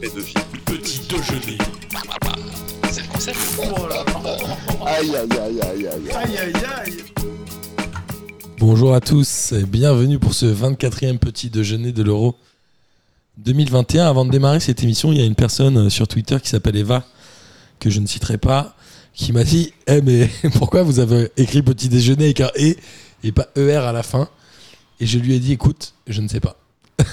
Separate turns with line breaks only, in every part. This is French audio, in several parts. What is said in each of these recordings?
Pédophile.
Petit déjeuner.
C'est le concept
Aïe, aïe, aïe, aïe, aïe.
Aïe aïe aïe
Bonjour à tous et bienvenue pour ce 24e petit déjeuner de l'Euro 2021. Avant de démarrer cette émission, il y a une personne euh, sur Twitter qui s'appelle Eva, que je ne citerai pas, qui m'a dit Eh, mais pourquoi vous avez écrit petit déjeuner avec un E et pas ER à la fin Et je lui ai dit Écoute, je ne sais pas.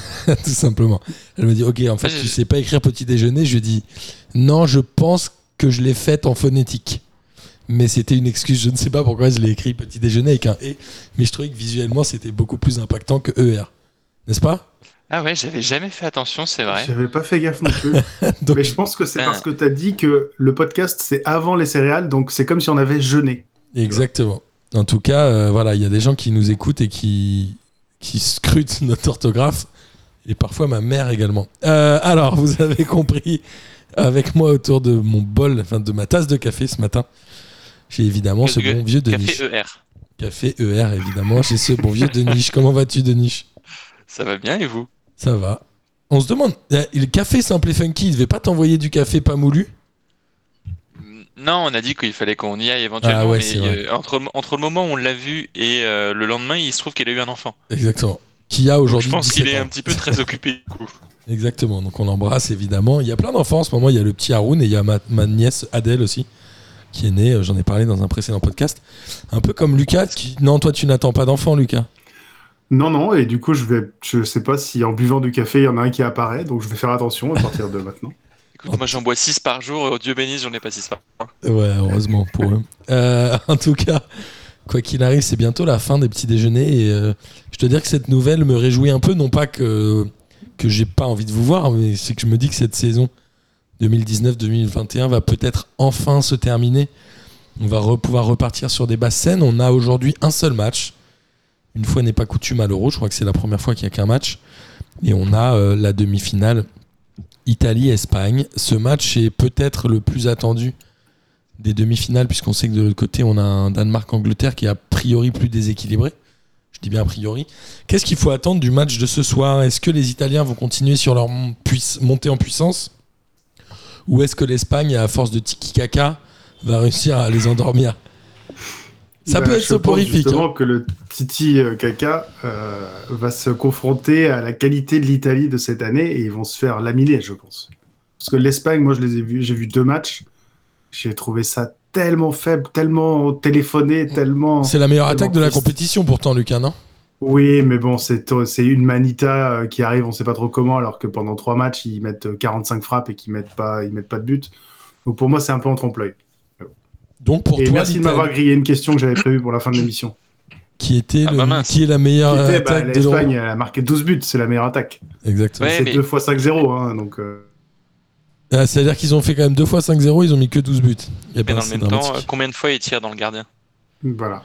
Tout simplement. Elle m'a dit Ok, en fait, tu sais pas écrire petit déjeuner Je lui ai dit Non, je pense que je l'ai faite en phonétique. Mais c'était une excuse, je ne sais pas pourquoi je l'ai écrit petit déjeuner avec un E mais je trouvais que visuellement c'était beaucoup plus impactant que ER. N'est-ce pas
Ah ouais, j'avais jamais fait attention, c'est vrai.
J'avais pas fait gaffe non plus.
Donc-
Mais je pense que c'est
Ah.
parce que t'as dit que le podcast c'est avant les céréales, donc c'est comme si on avait jeûné.
Exactement. En tout cas, euh, voilà, il y a des gens qui nous écoutent et qui, qui scrutent notre orthographe, et parfois ma mère également. Euh, alors, vous avez compris, avec moi autour de mon bol, enfin de ma tasse de café ce matin, j'ai évidemment ce
Café-
bon vieux Denis.
Café ER.
Café ER, évidemment, j'ai ce bon vieux Denis. Comment vas-tu, Denis
Ça va bien et vous
Ça va. On se demande, euh, le café simple et funky, il devait pas t'envoyer du café pas moulu
Non, on a dit qu'il fallait qu'on y aille éventuellement.
Ah ouais,
mais,
c'est vrai.
euh, entre, entre le moment où on l'a vu et euh, le lendemain, il se trouve qu'elle a eu un enfant.
Exactement. Qui a
Je
aujourd'hui
pense
17
qu'il est
ans.
un petit peu très occupé du coup.
Exactement. Donc on l'embrasse évidemment. Il y a plein d'enfants en ce moment. Il y a le petit Haroun et il y a ma, ma nièce Adèle aussi qui est née. euh, J'en ai parlé dans un précédent podcast. Un peu comme Lucas. Qui... Non, toi tu n'attends pas d'enfant, Lucas.
Non, non, et du coup, je vais, je sais pas si en buvant du café, il y en a un qui apparaît, donc je vais faire attention à partir de maintenant.
Écoute, moi j'en bois 6 par jour. oh, Dieu bénisse, j'en ai pas 6 par jour.
Ouais, heureusement pour eux. Euh, en tout cas, quoi qu'il arrive, c'est bientôt la fin des petits déjeuners. Et euh, je te dire que cette nouvelle me réjouit un peu. Non pas que que j'ai pas envie de vous voir, mais c'est que je me dis que cette saison 2019-2021 va peut-être enfin se terminer. On va re- pouvoir repartir sur des basses scènes. On a aujourd'hui un seul match. Une fois n'est pas coutume à l'Euro. Je crois que c'est la première fois qu'il y a qu'un match. Et on a euh, la demi-finale Italie-Espagne. Ce match est peut-être le plus attendu des demi-finales, puisqu'on sait que de l'autre côté, on a un Danemark-Angleterre qui est a priori plus déséquilibré. Je dis bien a priori. Qu'est-ce qu'il faut attendre du match de ce soir Est-ce que les Italiens vont continuer sur leur mon- puiss- montée en puissance Ou est-ce que l'Espagne, à force de tiki-taka, va réussir à les endormir Ça
Bah,
peut être
je pense
soporifique. hein.
Justement, que le Titi euh, Kaka euh, va se confronter à la qualité de l'Italie de cette année et ils vont se faire laminer, je pense. Parce que l'Espagne, moi, je les ai vus, j'ai vu deux matchs. J'ai trouvé ça tellement faible, tellement téléphoné, tellement.
C'est la meilleure
Tellement
attaque de la
triste.
compétition pourtant, Lucas, non
Oui, mais bon, c'est c'est une manita euh, qui arrive, on sait pas trop comment, alors que pendant trois matchs, ils mettent euh, 45 frappes et qu'ils mettent pas, ils mettent pas de but. Donc pour moi, c'est un peu en trompe-l'œil.
Donc pour
Et
toi,
merci de m'avoir
l'Italie,
grillé une question que j'avais prévue pour la fin de l'émission.
qui était
Ah
le-
bah mince.
qui est la meilleure
Qui était, bah,
attaque de l'Euro
L'Espagne elle a marqué 12 buts, c'est la meilleure attaque.
Exactement.
Ouais,
c'est
mais-
2 fois 5-0, hein, donc euh,
Ah, C'est-à-dire qu'ils ont fait quand même deux fois 5-0, ils ont mis que 12 buts. Eh
Mais
ben,
dans le
c'est
même temps, euh,
dramatique.
combien de fois il tire dans le gardien
voilà.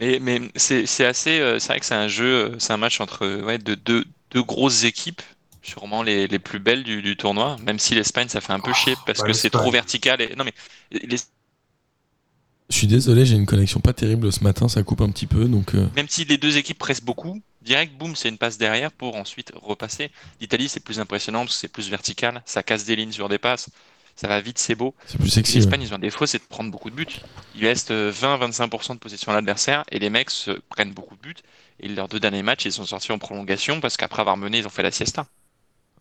Mais, mais c'est c'est assez. euh, c'est vrai que c'est un jeu, euh, c'est un match entre euh, ouais, de, deux- deux grosses équipes, sûrement les, les plus belles du, du tournoi, même si l'Espagne ça fait un
Oh,
peu chier parce
bah,
que c'est
l'Espagne.
trop vertical. Et... Non mais les-
Je suis désolé, j'ai une connexion pas terrible ce matin, ça coupe un petit peu. Donc, euh,
même si les deux équipes pressent beaucoup, direct boum, c'est une passe derrière pour ensuite repasser. L'Italie c'est plus impressionnant parce que c'est plus vertical, ça casse des lignes sur des passes, ça va vite, c'est beau.
c'est plus
Et
sexy. ouais.
L'Espagne ils ont un défaut, c'est de prendre beaucoup de buts. Ils laissent euh, 20-25% de possession à l'adversaire et les mecs se prennent beaucoup de buts. Et leurs deux derniers matchs, ils sont sortis en prolongation parce qu'après avoir mené, ils ont fait la siesta.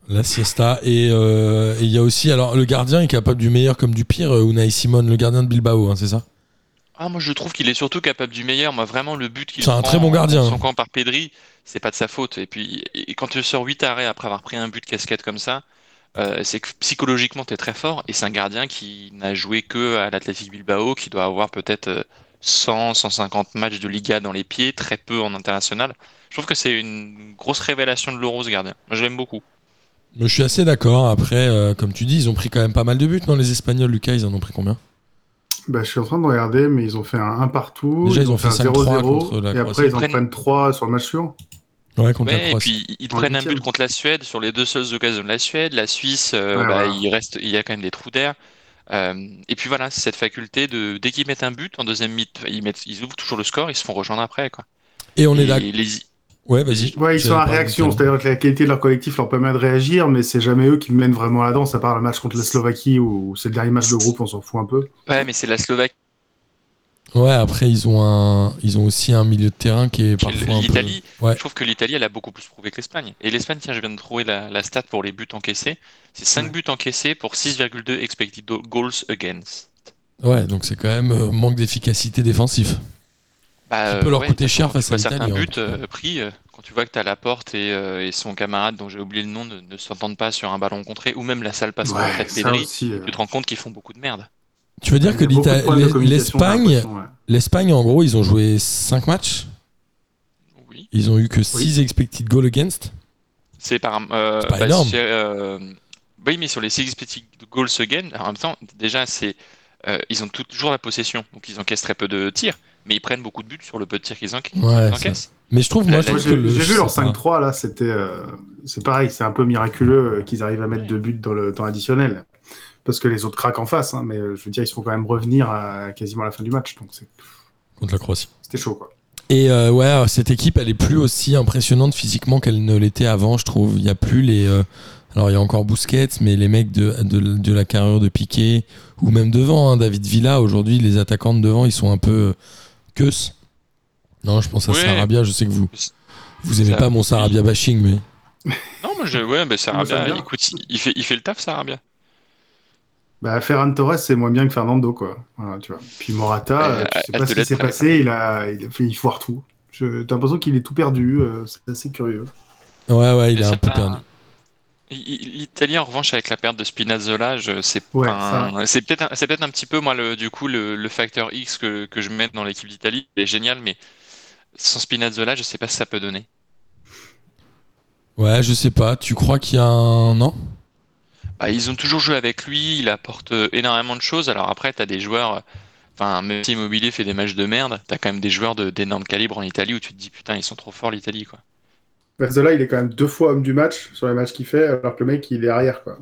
La siesta. Et euh, et il y a aussi, alors le gardien est capable du meilleur comme du pire, euh, Unai Simon, le gardien de Bilbao, hein, c'est ça
Ah, moi je trouve qu'il est surtout capable du meilleur. Moi vraiment, le but qu'il
C'est un
prend
très bon
en-
gardien.
en Son camp par Pedri, c'est pas de sa faute. Et puis et quand tu sors 8 arrêts après avoir pris un but de casquette comme ça, euh, c'est que psychologiquement t'es très fort. Et c'est un gardien qui n'a joué que à l'Athletic Bilbao, qui doit avoir peut-être euh, 100, 150 matchs de Liga dans les pieds, très peu en international. Je trouve que c'est une grosse révélation de l'Euro ce gardien. Moi je l'aime beaucoup.
Mais Je suis assez d'accord. Après, euh, comme tu dis, ils ont pris quand même pas mal de buts, non Les Espagnols, Lucas, ils en ont pris combien
Bah, je suis en train de regarder, mais ils ont fait un 1 partout.
Déjà, ils ont
un
fait 5-3 contre la
et
Croatie.
après, ils en
Prennent-
prennent 3 sur le match suivant.
Ouais, contre la
Ouais, et
Croatie.
puis ils te
En
prennent un
huitième.
but contre la Suède sur les deux seules occasions de la Suède. La Suisse, euh,
Ouais,
bah,
voilà.
il reste, il y a quand même des trous d'air. Euh, et puis voilà, c'est cette faculté de dès qu'ils mettent un but en deuxième mi, ils mettent, ils ouvrent toujours le score, ils se font rejoindre après quoi.
Et on
Et
est d'accord.
les,
Ouais, vas-y.
Ouais, ils sont à réaction, c'est-à-dire que la qualité de leur collectif leur permet de réagir, mais c'est jamais eux qui mènent vraiment la danse, à part le match contre la Slovaquie où c'est le dernier match de groupe, on s'en fout un peu.
Ouais, mais c'est la Slovaquie.
Ouais, après, ils ont, un... ils ont aussi un milieu de terrain qui est parfois un peu-
L'Italie,
Ouais.
je trouve que l'Italie, elle a beaucoup plus prouvé que l'Espagne. Et l'Espagne, tiens, je viens de trouver la, la stat pour les buts encaissés. C'est 5 buts encaissés pour 6,2 expected goals against.
Ouais, donc c'est quand même euh, manque d'efficacité défensive.
Bah,
Qui peut leur
ouais,
coûter cher face à
Bah, certains
l'Italie. hein.
buts euh, pris, euh, quand tu vois que tu as la porte et, euh, et son camarade dont j'ai oublié le nom ne, ne s'entendent pas sur un ballon contré, ou même la salle passe pour la tête
ça
Pedri,
aussi, euh,
tu te rends compte qu'ils font beaucoup de merde.
Tu veux dire que
il y a beaucoup de
l'Ita-
problèmes de communication, j'ai
l'Espagne,
l'impression, ouais.
l'Espagne, en gros, ils ont joué 5 matchs.
Oui.
Ils ont eu que 6 expected goals against.
C'est par. euh,
C'est pas
bah,
énorme.
c'est, euh, oui, mais sur les six petits goals again, alors, en même temps, déjà, c'est. euh, ils ont toujours la possession, donc ils encaissent très peu de tirs, mais ils prennent beaucoup de buts sur le peu de tirs qu'ils enca-
Ouais, ça-
encaissent.
Mais je trouve, moi,
Là,
je
Moi,
trouve que
J'ai
le-
j'ai vu
je
leur
sais pas.
5-3 là, c'était, euh, c'est pareil, c'est un peu miraculeux euh, qu'ils arrivent à mettre deux buts dans le temps additionnel, parce que les autres craquent en face. hein, mais euh, je veux dire, ils se font quand même revenir à quasiment la fin du match, donc c'est-
contre la Croatie.
c'était chaud quoi.
Et euh, ouais, cette équipe, elle est plus aussi impressionnante physiquement qu'elle ne l'était avant, je trouve. Il y a plus les. euh, alors, il y a encore Busquets, mais les mecs de, de, de la carrure de Piqué, ou même devant, hein, David Villa, aujourd'hui, les attaquants de devant, ils sont un peu euh, queusses. Non, je pense à
Ouais.
Sarabia, je sais que vous.
C'est-
Vous aimez
ça-
pas mon Sarabia bashing, mais.
Non, moi, je, ouais, mais
Moi, j'aime
Sarabia,
bien.
écoute, il- il fait, il fait le taf, Sarabia.
Bah, Ferran Torres, c'est moins bien que Fernando quoi. Voilà, tu vois. Puis Morata,
Ouais,
euh,
à-
tu
à
sais pas
te
ce qui s'est
l'être.
passé, il a, il, a fait- il foire tout. Je- T'as l'impression qu'il est tout perdu, euh, c'est assez curieux.
Ouais, ouais, il
Mais
est
c'est
un peu
pas-
perdu.
I- I- L'Italie, en revanche, avec la perte de Spinazzola, je- c'est
Ouais,
pas un- c'est peut-être un, c'est peut-être un petit peu, moi, le, du coup, le, le facteur X que, que je mets dans l'équipe d'Italie. Il est génial, mais sans Spinazzola, je sais pas ce que ça peut donner.
Ouais, je sais pas. Tu crois qu'il y a un. Non
Bah, ils ont toujours joué avec lui, il apporte euh, énormément de choses. Alors après, tu as des joueurs, euh, enfin, même si Immobilier fait des matchs de merde, tu as quand même des joueurs de- d'énorme calibre en Italie où tu te dis putain, ils sont trop forts l'Italie quoi.
Mazzola, il est quand même deux fois homme du match sur les matchs qu'il fait, alors que le mec, il est arrière quoi.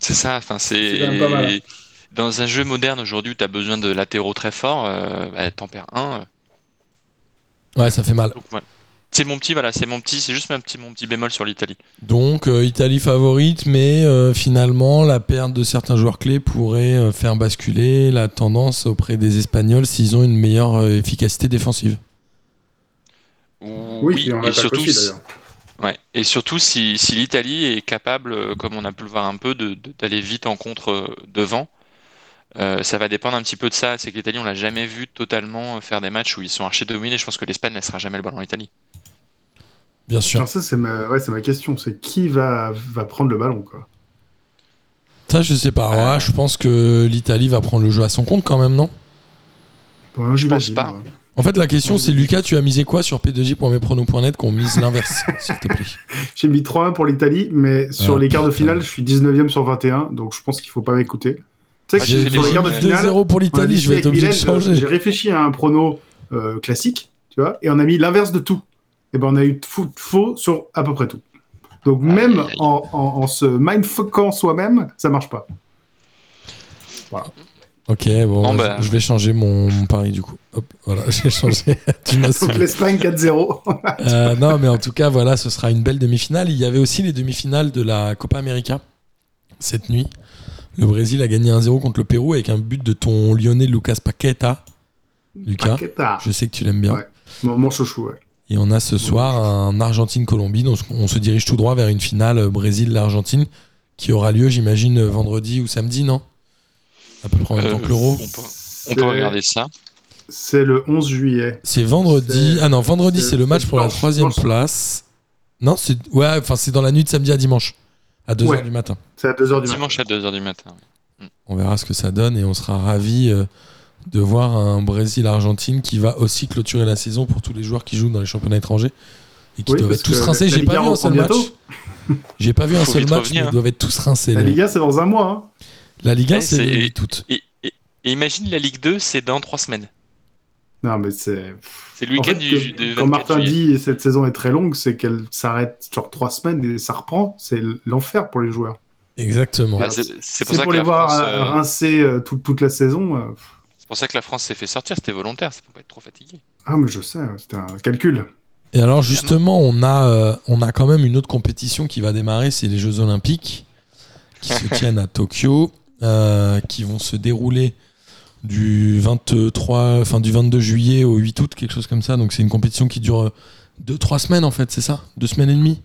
C'est ça, enfin,
C'est quand même pas mal.
c'est. Dans un jeu moderne aujourd'hui où tu as besoin de latéraux très forts, euh, bah, t'en perds un. euh,
Ouais, ça fait mal.
donc, ouais. C'est mon petit, voilà, c'est mon petit, c'est juste mon petit, mon petit bémol sur l'Italie.
Donc, euh, Italie favorite, mais euh, finalement, la perte de certains joueurs clés pourrait euh, faire basculer la tendance auprès des Espagnols s'ils ont une meilleure euh, efficacité défensive.
Oui, puis on
et
attaque
surtout,
aussi,
si-
d'ailleurs.
ouais, et surtout si, si l'Italie est capable, euh, comme on a pu le voir un peu, de- de- d'aller vite en contre euh, devant, euh, ça va dépendre un petit peu de ça. C'est que l'Italie, on l'a jamais vu totalement euh, faire des matchs où ils sont archi dominés. Je pense que l'Espagne ne sera jamais le ballon en Italie.
Bien sûr.
Alors ça, c'est ma... ouais, c'est ma question, c'est qui va... va prendre le ballon quoi.
Ça, je sais pas. Ouais, je pense que l'Italie va prendre le jeu à son compte quand même, non
Bon, j'imagine, hein.
pas.
ouais.
En fait, la question, c'est Lucas, tu as misé quoi sur p2j.mespronos.net qu'on mise l'inverse, s'il te plaît
J'ai mis 3-1 pour l'Italie, mais sur
Ah,
les quarts de
putain.
finale, je suis 19e sur 21, donc je pense qu'il faut pas m'écouter. Tu sais que
J'ai-
sur les
j'ai
quarts de
mis
finale,
2-0 pour
on a
l'Italie, je vais être
discuté
obligé de
avec Mylène,
changer.
euh, J'ai réfléchi à un prono euh, classique, tu vois, et on a mis l'inverse de tout. Et ben on a eu faux, faux sur à peu près tout. Donc
Aïe,
même
aïe, aïe.
En, en- en se mindfuckant soi-même, ça marche pas.
Ok, bon,
Bon,
je-
bah.
je vais changer mon, mon pari du coup. Hop, voilà, j'ai changé. tu m'as
Donc
sauvé.
l'Espagne 4-0.
Euh, non, mais en tout cas, voilà, ce sera une belle demi-finale. Il y avait aussi les demi-finales de la Copa América cette nuit. Le Brésil a gagné 1-0 contre le Pérou avec un but de ton lyonnais Lucas Paqueta. Lucas,
Paqueta.
je sais que tu l'aimes bien.
Ouais. Mon, mon chouchou, ouais.
Et on a ce soir un Argentine-Colombie. Donc on se dirige tout droit vers une finale euh, Brésil-Argentine qui aura lieu, j'imagine, euh, vendredi ou samedi, non À peu près en même
Euh,
temps que l'Euro.
On peut- On peut regarder ça.
C'est le 11 juillet.
C'est vendredi.
C'est-
Ah non, vendredi,
c'est-
c'est le match
c'est
pour la
dimanche,
troisième
dimanche.
place. Non, c'est ouais, enfin c'est dans la nuit de samedi à dimanche, à 2h
Ouais.
du matin.
C'est à 2h du matin.
Dimanche à 2h du matin.
On verra ce que ça donne et on sera ravis euh, de voir un Brésil-Argentine qui va aussi clôturer la saison pour tous les joueurs qui jouent dans les championnats étrangers et qui
Oui,
doivent
parce
être tous
que
rincés.
la
J'ai pas
Liga
vu un
reprend
seul match.
bientôt.
J'ai pas vu un
Faut
seul
vite
match,
revenir,
mais
hein.
ils doivent être tous rincés.
La
les-
Liga, c'est dans un mois. hein.
La Liga,
Ouais,
c'est
c'est-
les toutes.
Et, et- et imagine la Ligue 2, c'est dans 3 semaines.
Non, mais c'est.
C'est le week-end
En fait, que-
du, du 24
quand Martin
juillet.
dit cette saison est très longue, c'est qu'elle s'arrête genre trois semaines et ça reprend. C'est l'enfer pour les joueurs.
Exactement.
Bah, c'est- c'est pour
C'est
ça
pour
que
les
la
voir
France,
euh,
euh,
rincer euh, tout- toute la saison. euh, pff.
C'est pour ça que la France s'est fait sortir, c'était volontaire, c'est pour pas être trop fatigué.
Ah, mais je sais, c'était un calcul.
Et alors justement, on a, euh, on a quand même une autre compétition qui va démarrer, c'est les Jeux Olympiques qui se tiennent à Tokyo, euh, qui vont se dérouler du 23, enfin du 22 juillet au 8 août, quelque chose comme ça. Donc c'est une compétition qui dure 2-3 semaines en fait, c'est ça 2 semaines et demie.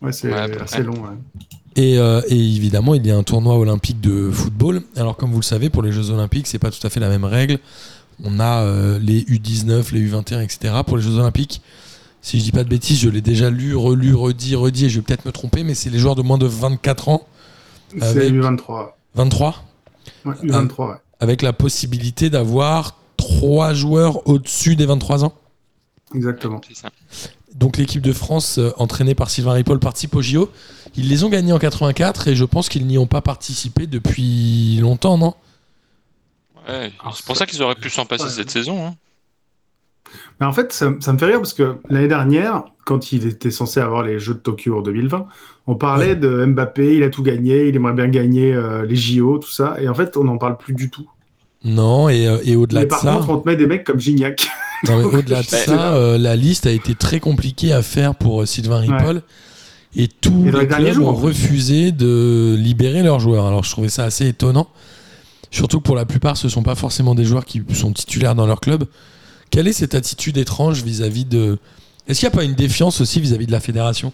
Ouais, c'est
Ouais, à peu près.
assez long. ouais.
Et, euh, et évidemment, il y a un tournoi olympique de football. Alors, comme vous le savez, pour les Jeux Olympiques, c'est pas tout à fait la même règle. On a euh, les U19, les U21, etc. Pour les Jeux Olympiques, si je dis pas de bêtises, je l'ai déjà lu, relu, redit, redit, et je vais peut-être me tromper, mais c'est les joueurs de moins de 24 ans,
C'est
Avec-
U23.
23,
Ouais,
Ah.
U23, ouais.
avec la possibilité d'avoir trois joueurs au-dessus des 23 ans.
Exactement.
C'est ça.
Donc l'équipe de France, euh, entraînée par Sylvain Ripoll, participe aux JO. Ils les ont gagnés en 84 et je pense qu'ils n'y ont pas participé depuis longtemps, non
Ouais,
Ah,
Alors,
c'est pour
ça-
ça qu'ils auraient pu s'en passer
Ouais.
cette saison. hein.
Mais en fait, ça, ça me fait rire parce que l'année dernière, quand il était censé avoir les Jeux de Tokyo en 2020, on parlait
Ouais.
de Mbappé, il a tout gagné, il aimerait bien gagner euh, les JO, tout ça. Et en fait, on n'en parle plus du tout.
Non, et, euh, et au-delà
Mais
de
par
ça,
contre, on te met des mecs comme Gignac.
non, mais au-delà de
Mais-
ça euh, la liste a été très compliquée à faire pour euh, Sylvain Ripoll. Et tous
Et dans
les
les derniers
clubs
jours,
ont
en plus.
refusé de libérer leurs joueurs. Alors je trouvais ça assez étonnant. Surtout que pour la plupart, ce ne sont pas forcément des joueurs qui sont titulaires dans leur club. Quelle est cette attitude étrange vis-à-vis de... Est-ce qu'il n'y a pas une défiance aussi vis-à-vis de la fédération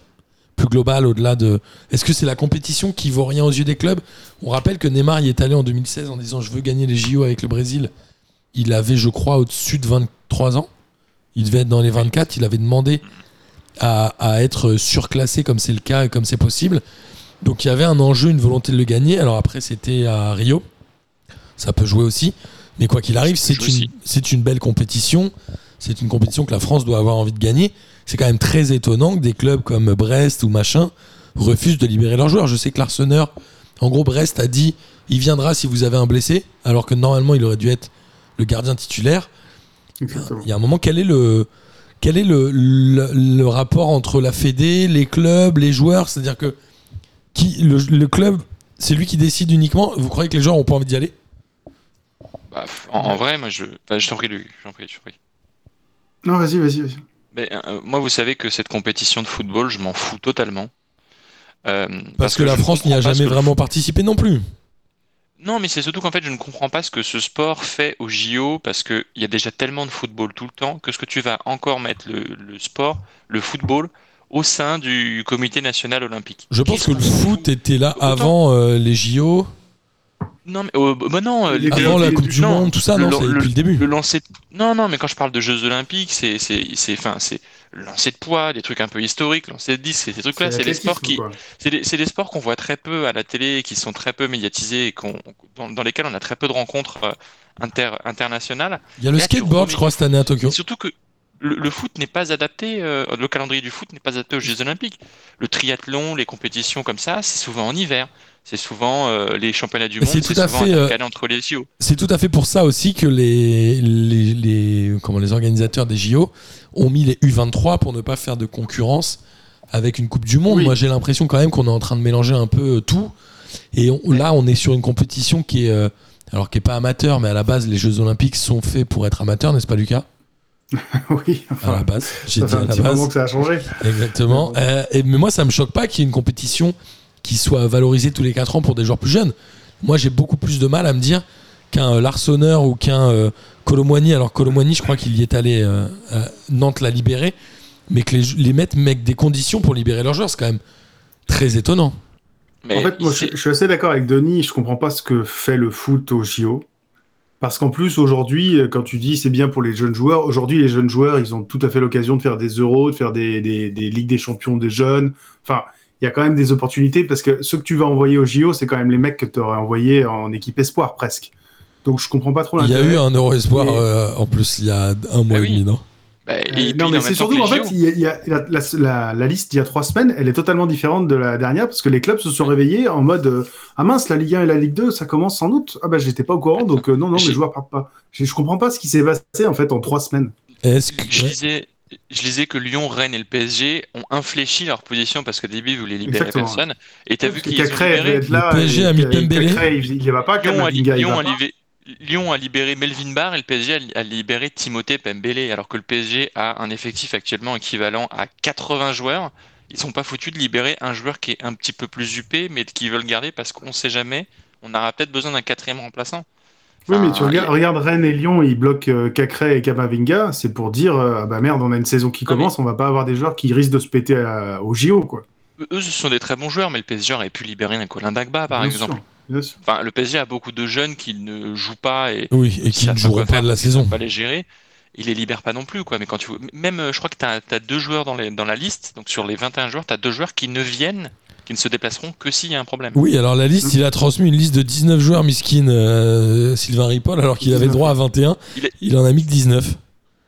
Plus globale, au-delà de... Est-ce que c'est la compétition qui vaut rien aux yeux des clubs On rappelle que Neymar y est allé en 2016 en disant je veux gagner les JO avec le Brésil. Il avait, je crois, au-dessus de 23 ans. Il devait être dans les 24. Il avait demandé à, à être surclassé comme c'est le cas et comme c'est possible. Donc il y avait un enjeu, une volonté de le gagner. Alors après, c'était à Rio. Ça peut jouer aussi. Mais quoi qu'il arrive,
Ça peut
c'est
jouer
une,
aussi.
c'est une belle compétition. C'est une compétition que la France doit avoir envie de gagner. C'est quand même très étonnant que des clubs comme Brest ou machin refusent de libérer leurs joueurs. Je sais que l'Arseneur, en gros, Brest a dit il viendra si vous avez un blessé, alors que normalement, il aurait dû être le gardien titulaire.
Exactement.
Il y a un moment, quel est le, quel est le, le, le rapport entre la Fédé, les clubs, les joueurs C'est-à-dire que qui, le, le club, c'est lui qui décide uniquement. Vous croyez que les joueurs ont pas envie d'y aller
Bah, pff, en, en vrai, moi, je, bah, je t'en prie, Luc, je t'en prie, je t'en prie.
Non, vas-y, vas-y, vas-y.
Mais, euh, moi, vous savez que cette compétition de football, je m'en fous totalement. Euh,
Parce, que, la
je
France n'y a
comprends pas ce
jamais
que-
vraiment participé non plus.
Non, mais c'est surtout qu'en fait, je ne comprends pas ce que ce sport fait au JO parce qu'il y a déjà tellement de football tout le temps que ce que tu vas encore mettre le, le sport, le football, au sein du comité national olympique.
Je pense que le
Qu'est-ce qu'on s'en
foot
fout
était là
Autant-
avant euh, les JO,
Non, mais oh, bah non, euh,
Il était
les-
avant la
le-
Coupe du
non,
Monde, tout ça, non,
le-
c'est
le-
depuis le début.
Le lancer. Non, non, mais quand je parle de Jeux Olympiques, c'est, c'est, c'est, enfin, c'est le lancer de poids, des trucs un peu historiques, lancer de 10, c'est ces trucs-là, c'est les
l'athlétisme,
sports qui,
quoi.
c'est des, c'est des sports qu'on voit très peu à la télé, et qui sont très peu médiatisés, et qu'on, dans, dans lesquels on a très peu de rencontres euh, inter, internationales.
Il y a le
là, tu
skateboard,
remets-
je crois, cette année à Tokyo.
Et surtout que le, le foot n'est pas adapté, euh, le calendrier du foot n'est pas adapté aux Jeux Olympiques. Le triathlon, les compétitions comme ça, c'est souvent en hiver. C'est souvent euh, les championnats du
Mais
monde,
c'est
c'est
tout à
souvent
fait, euh,
intercalé entre les JO.
C'est tout à fait pour ça aussi que les, les, les- comment, les organisateurs des JO ont mis les U23 pour ne pas faire de concurrence avec une Coupe du Monde.
Oui.
Moi, j'ai l'impression quand même qu'on est en train de mélanger un peu euh, tout. Et on- là, on est sur une compétition qui est, euh, alors qui est pas amateur, mais à la base, les Jeux Olympiques sont faits pour être amateurs, n'est-ce pas, Lucas
oui,
À la
enfin,
base, j'ai
ça
dit
fait
à
un
la
petit moment
base.
que ça a changé.
Exactement. Euh, et, mais moi, ça me choque pas qu'il y ait une compétition qui soit valorisée tous les 4 ans pour des joueurs plus jeunes. Moi, j'ai beaucoup plus de mal à me dire qu'un euh, Larsonneur ou qu'un euh, Colomboigny. Alors, Colomboigny, je crois qu'il y est allé. euh, euh, Nantes l'a libéré. Mais que les, les mettre mec, des conditions pour libérer leurs joueurs, c'est quand même très étonnant.
Mais
en fait, moi, je,
c'est-
je suis assez d'accord avec Denis. Je comprends pas ce que fait le foot au JO. Parce qu'en plus, aujourd'hui, euh, quand tu dis c'est bien pour les jeunes joueurs, aujourd'hui, les jeunes joueurs, ils ont tout à fait l'occasion de faire des euros, de faire des, des- des ligues des champions des jeunes. Enfin, il y a quand même des opportunités parce que ceux que tu vas envoyer au JO, c'est quand même les mecs que tu aurais envoyés en équipe espoir presque. Donc, je comprends pas trop
Il y a
l'intérêt.
eu un Euro Espoir
Mais-
euh, en plus il y a un mois
Ah
et
oui.
demi, non
bah, et
Euh,
puis,
non,
en
mais
même
c'est
temps que
surtout, en
les
fait,
JO.
il y a- il y a la, la- la- la liste d'il y a trois semaines, elle est totalement différente de la dernière parce que les clubs se sont réveillés en mode euh, Ah mince, la Ligue 1 et la Ligue 2, ça commence sans doute. Ah bah, j'étais pas au courant, donc euh, non, non,
J'ai-
les joueurs partent pas. Je, je comprends pas ce qui s'est passé en fait en trois semaines.
Est-ce que-
Je lisais, je lisais que Lyon, Rennes et le PSG ont infléchi leur position parce qu'au début, ils voulaient libérer
Exactement.
personne. Et t'as vu
Parce que
qu'ils ont
Cacré
libéré.
devait être là.
Le PSG
et-
a mis
et
Pembélé.
Cacré, il, il y va pas,
Lyon a,
Kamavinga, il
Lyon
va
a
pas.
libé- Lyon a libéré Melvin Barr et le PSG a li- a libéré Timothée Pembele, alors que le PSG a un effectif actuellement équivalent à 80 joueurs. Ils sont pas foutus de libérer un joueur qui est un petit peu plus huppé, mais qu'ils veulent garder parce qu'on sait jamais, on aura peut-être besoin d'un quatrième remplaçant.
Oui, mais
Enfin,
tu regardes, regarde Rennes et Lyon, ils bloquent euh, Cacré et Camavinga, c'est pour dire euh, ah bah merde, on a une saison qui
Non, mais-
commence, on va pas avoir des joueurs qui risquent de se péter à- au JO quoi.
Eux, ce sont des très bons joueurs, mais le PSG aurait pu libérer un Colin Dagba, par
Bien
exemple.
sûr, bien sûr.
Enfin, le PSG a beaucoup de jeunes qui ne jouent pas et
Oui, et
Ils
qui ne
savent
joueront
quoi
pas
faire,
de la
ils savent
saison.
Pas les gérer. Il les libère pas non plus, quoi. Mais quand tu même, euh, je crois que t'as as deux joueurs dans, les, dans la liste. Donc sur les 21 joueurs, t'as deux joueurs qui ne viennent, qui ne se déplaceront que s'il y a un problème.
Oui, alors la liste, il a transmis une liste de 19 joueurs, miskin euh, Sylvain Ripoll, alors qu'il avait
19.
droit à 21.
Il est-
Il en a mis que 19.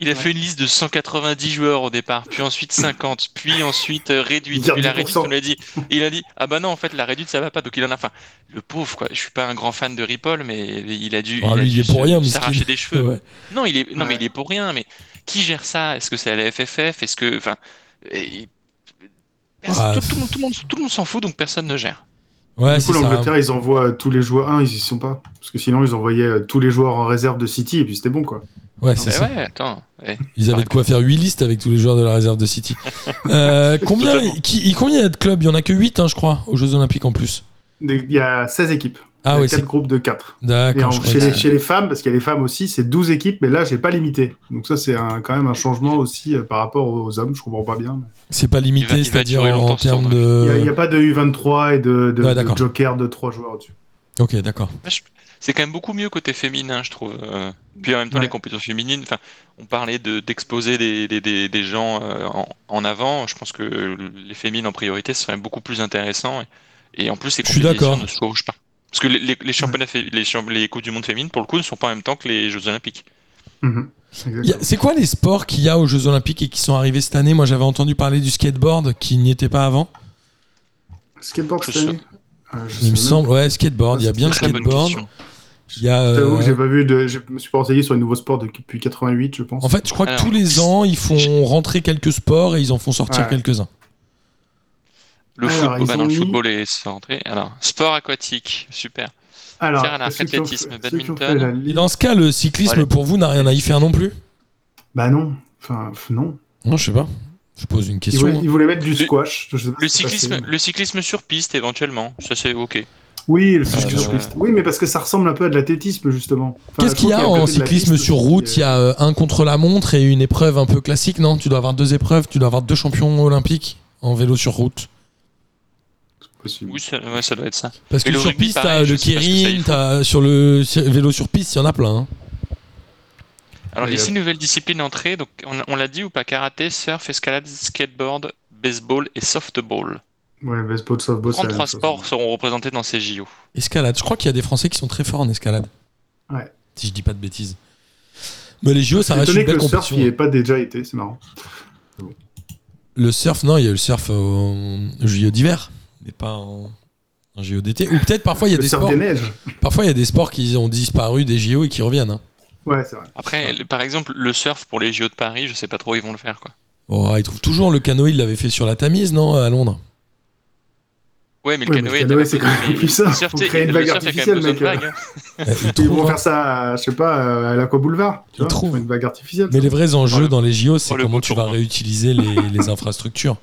Il a fait une liste de 190 joueurs au départ, puis ensuite 50, puis ensuite euh, réduite.
Il y a
Puis la
10%.
réduite, on lui a dit, il a dit, ah bah non, en fait la réduite ça va pas. Donc il en a, enfin, le pauvre quoi. Je suis pas un grand fan de Ripoll, mais il a dû,
Ah,
il a
lui,
dû
il est pour
se-
rien, miskin.
s'arracher des cheveux.
Ouais.
Non, il est non mais
Ouais.
il est pour rien. Mais qui gère ça Est-ce que c'est à la FFF Est-ce que enfin et-
Ah,
tout, tout le monde- tout le monde tout le monde s'en fout donc personne ne gère.
Ouais,
du coup,
c'est ça.
l'Angleterre, ils envoient euh, tous les joueurs. Un, ils y sont pas. Parce que sinon, ils envoyaient euh, tous les joueurs en réserve de City et puis c'était bon, quoi.
Ouais, c'est
Mais
ça.
Ah ouais, attends. ouais.
Ils avaient de quoi faire 8 listes avec tous les joueurs de la réserve de City. Euh, combien,
Totalement.
qui, combien il y a de clubs Il y en a que 8, je crois, aux Jeux Olympiques en plus.
Des- Il y a 16 équipes. Il y
Ah
a
ouais,
quatre
c'est.
groupes de 4. Et en-
D'accord, je crois
chez,
que
les,
c'est-
chez les femmes, parce qu'il y a les femmes aussi, c'est 12 équipes, mais là, j'ai pas limité. Donc ça, c'est un- quand même un changement aussi euh, par rapport aux hommes. Je comprends pas bien.
c'est pas
Il va-
limité,
il va
c'est-à-dire
durer
en
longtemps, ce
termes
tournoi.
Il y a- il n'y a,
de.
pas de U23 et de, de-
Euh. Ouais,
de
d'accord.
joker de 3 joueurs au-dessus.
Ok, d'accord.
C'est quand même beaucoup mieux côté féminin, je trouve. euh. Puis en même temps,
Ouais.
les compétitions féminines, enfin, on parlait de- d'exposer des, des, des, des gens euh, en, en avant. Je pense que les féminines en priorité, ce serait beaucoup plus intéressant. Et, et en plus, les
Je suis
compétitions
d'accord.
ne se chevauchent pas. Parce que les, les, les championnats, fé- les, champ- les Coupes du Monde féminines, pour le coup, ne sont pas en même temps que les Jeux Olympiques.
Mhm.
Il y a-
Exactement.
C'est quoi les sports qu'il y a aux Jeux Olympiques et qui sont arrivés cette année Moi, j'avais entendu parler du skateboard qui n'y était pas avant.
Skateboard,
Je
cette
sais-
année Euh, je sais
Il me
même
semble, ouais, skateboard. Il y a bien le
Très bonne
skateboard.
question.
Il y a,
Je t'avoue
euh,
que j'ai pas vu de. Je me suis pas renseigné sur les nouveaux sports depuis 88, je pense.
En fait, je crois que
Alors,
tous les ans, ils font rentrer quelques sports et ils en font sortir
Ouais.
quelques-uns.
Le
Alors,
football,
ils
bah
ont
non, le
mis-
football est centré. Alors, sport aquatique, super.
Alors,
Tiens, alors,
ceux qui ont fait-
athlétisme,
ceux qui ont fait
badminton.
la
Et
Ligue-
dans ce cas, le cyclisme,
Voilà.
pour vous, n'a rien à y faire non plus
Bah non. Enfin, pff, non.
Non, je sais pas. Je pose une
Ils
question.
voulaient, ils voulaient mettre du
Le-
squash. je sais pas
Le
ce qui s'est
cyclisme,
passé.
le cyclisme sur piste, éventuellement. Ça, c'est OK.
Oui, le
Ah,
cyclisme sur
ouais.
piste. Oui, mais parce que ça ressemble un peu à de l'athlétisme, justement. Enfin,
Qu'est-ce
je
qu'il y
trouve
a
qu'à côté
en
de la
cyclisme
piste,
sur route Il y a euh, un contre la montre et une épreuve un peu classique, non Tu dois avoir deux épreuves, tu dois avoir deux champions olympiques en vélo sur route.
c'est possible.
Oui, ça, ouais, ça doit être ça.
Parce que
Et le
sur
rugby,
piste, t'as
pareil, je
le
sais pas ce que ça y
keirin,
fout.
t'as- sur le c- vélo sur piste, il y en a plein. hein.
Alors
Et,
ici, nouvelle discipline entrée, donc on, on l'a dit ou pas, karaté, surf, escalade, skateboard, baseball et softball.
Ouais, baseball, softball, c'est la même
33
chose.
sports seront représentés dans ces JO.
Escalade. Je crois qu'il y a des Français qui sont très forts en escalade.
Ouais.
Si je dis pas de bêtises. Mais les JO, ça
Je suis
reste
étonné
une
que
belle
le surf
compétition.
n'y ait pas déjà été, c'est marrant.
Le surf, non, il y a eu le surf en JO d'hiver, mais pas en, en JO d'été. Ou peut-être parfois il y a
le
des
surf
sports.
des neiges.
Parfois il y a des sports qui ont disparu des JO et qui reviennent. hein.
Ouais, c'est vrai.
Après, le- par exemple, le surf pour les JO de Paris, je sais pas trop où ils vont le faire. quoi.
Oh, ils trouvent toujours le canoë, il l'avait fait sur la Tamise, non, à Londres.
Ouais, mais le
Ouais, mais
canoë,
le
t'as
canoë,
pas
c'est
besoin-
quand même
mais
plus ça.
le surf,
Faut
t'es-
créer une
le
vague
surf, il y a quand même
artificielle,
besoin de
mec.
vagues, hein.
Euh, ils
Ils
trouvent,
vont
hein.
faire ça, à, je sais pas, euh, à l'Aqua Boulevard. Tu
Ils
vois,
trouvent.
une vague artificielle.
Mais les vrais enjeux
Oh, le-
dans les JO, c'est
oh, le
comment
bon
tu vas
hein.
tournoi.
réutiliser les, les infrastructures.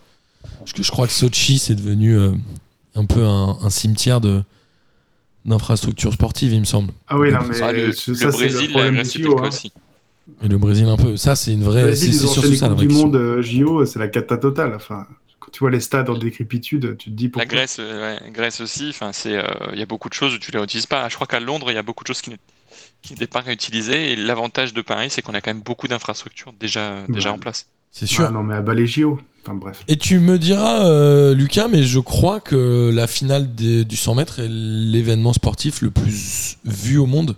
Parce que je crois que Sochi, c'est devenu euh, un peu un, un cimetière de d'infrastructures sportives, il me semble.
Ah oui, non, mais
Ah, le,
ça,
le
c'est le
Brésil, la
problème
Grèce,
du
c'est
tuyau.
peut-être
hein.
aussi.
Et le Brésil un peu. Ça, c'est une vraie.
Vas-y,
C'est
ils
c'est
ont
surtout
enchaîné
ça la
Coupe
vraie
du
question.
Monde euh, JO, c'est la cata totale. Enfin, quand tu vois les stades en décrépitude, tu te dis
La
pourquoi.
Grèce, euh, ouais, Grèce aussi, enfin, c'est, euh, il y a beaucoup de choses où tu les réutilises pas. Je crois qu'à Londres, il y a beaucoup de choses qui n'étaient- qui n'étaient pas réutilisées. Et l'avantage de Paris, c'est qu'on a quand même beaucoup d'infrastructures déjà, euh, déjà
Ouais.
en place.
C'est sûr.
Ah non, mais à bas les JO. Enfin bref.
Et tu me diras, euh, Lucas, mais je crois que la finale des- du 100 mètres est l'événement sportif le plus vu au monde.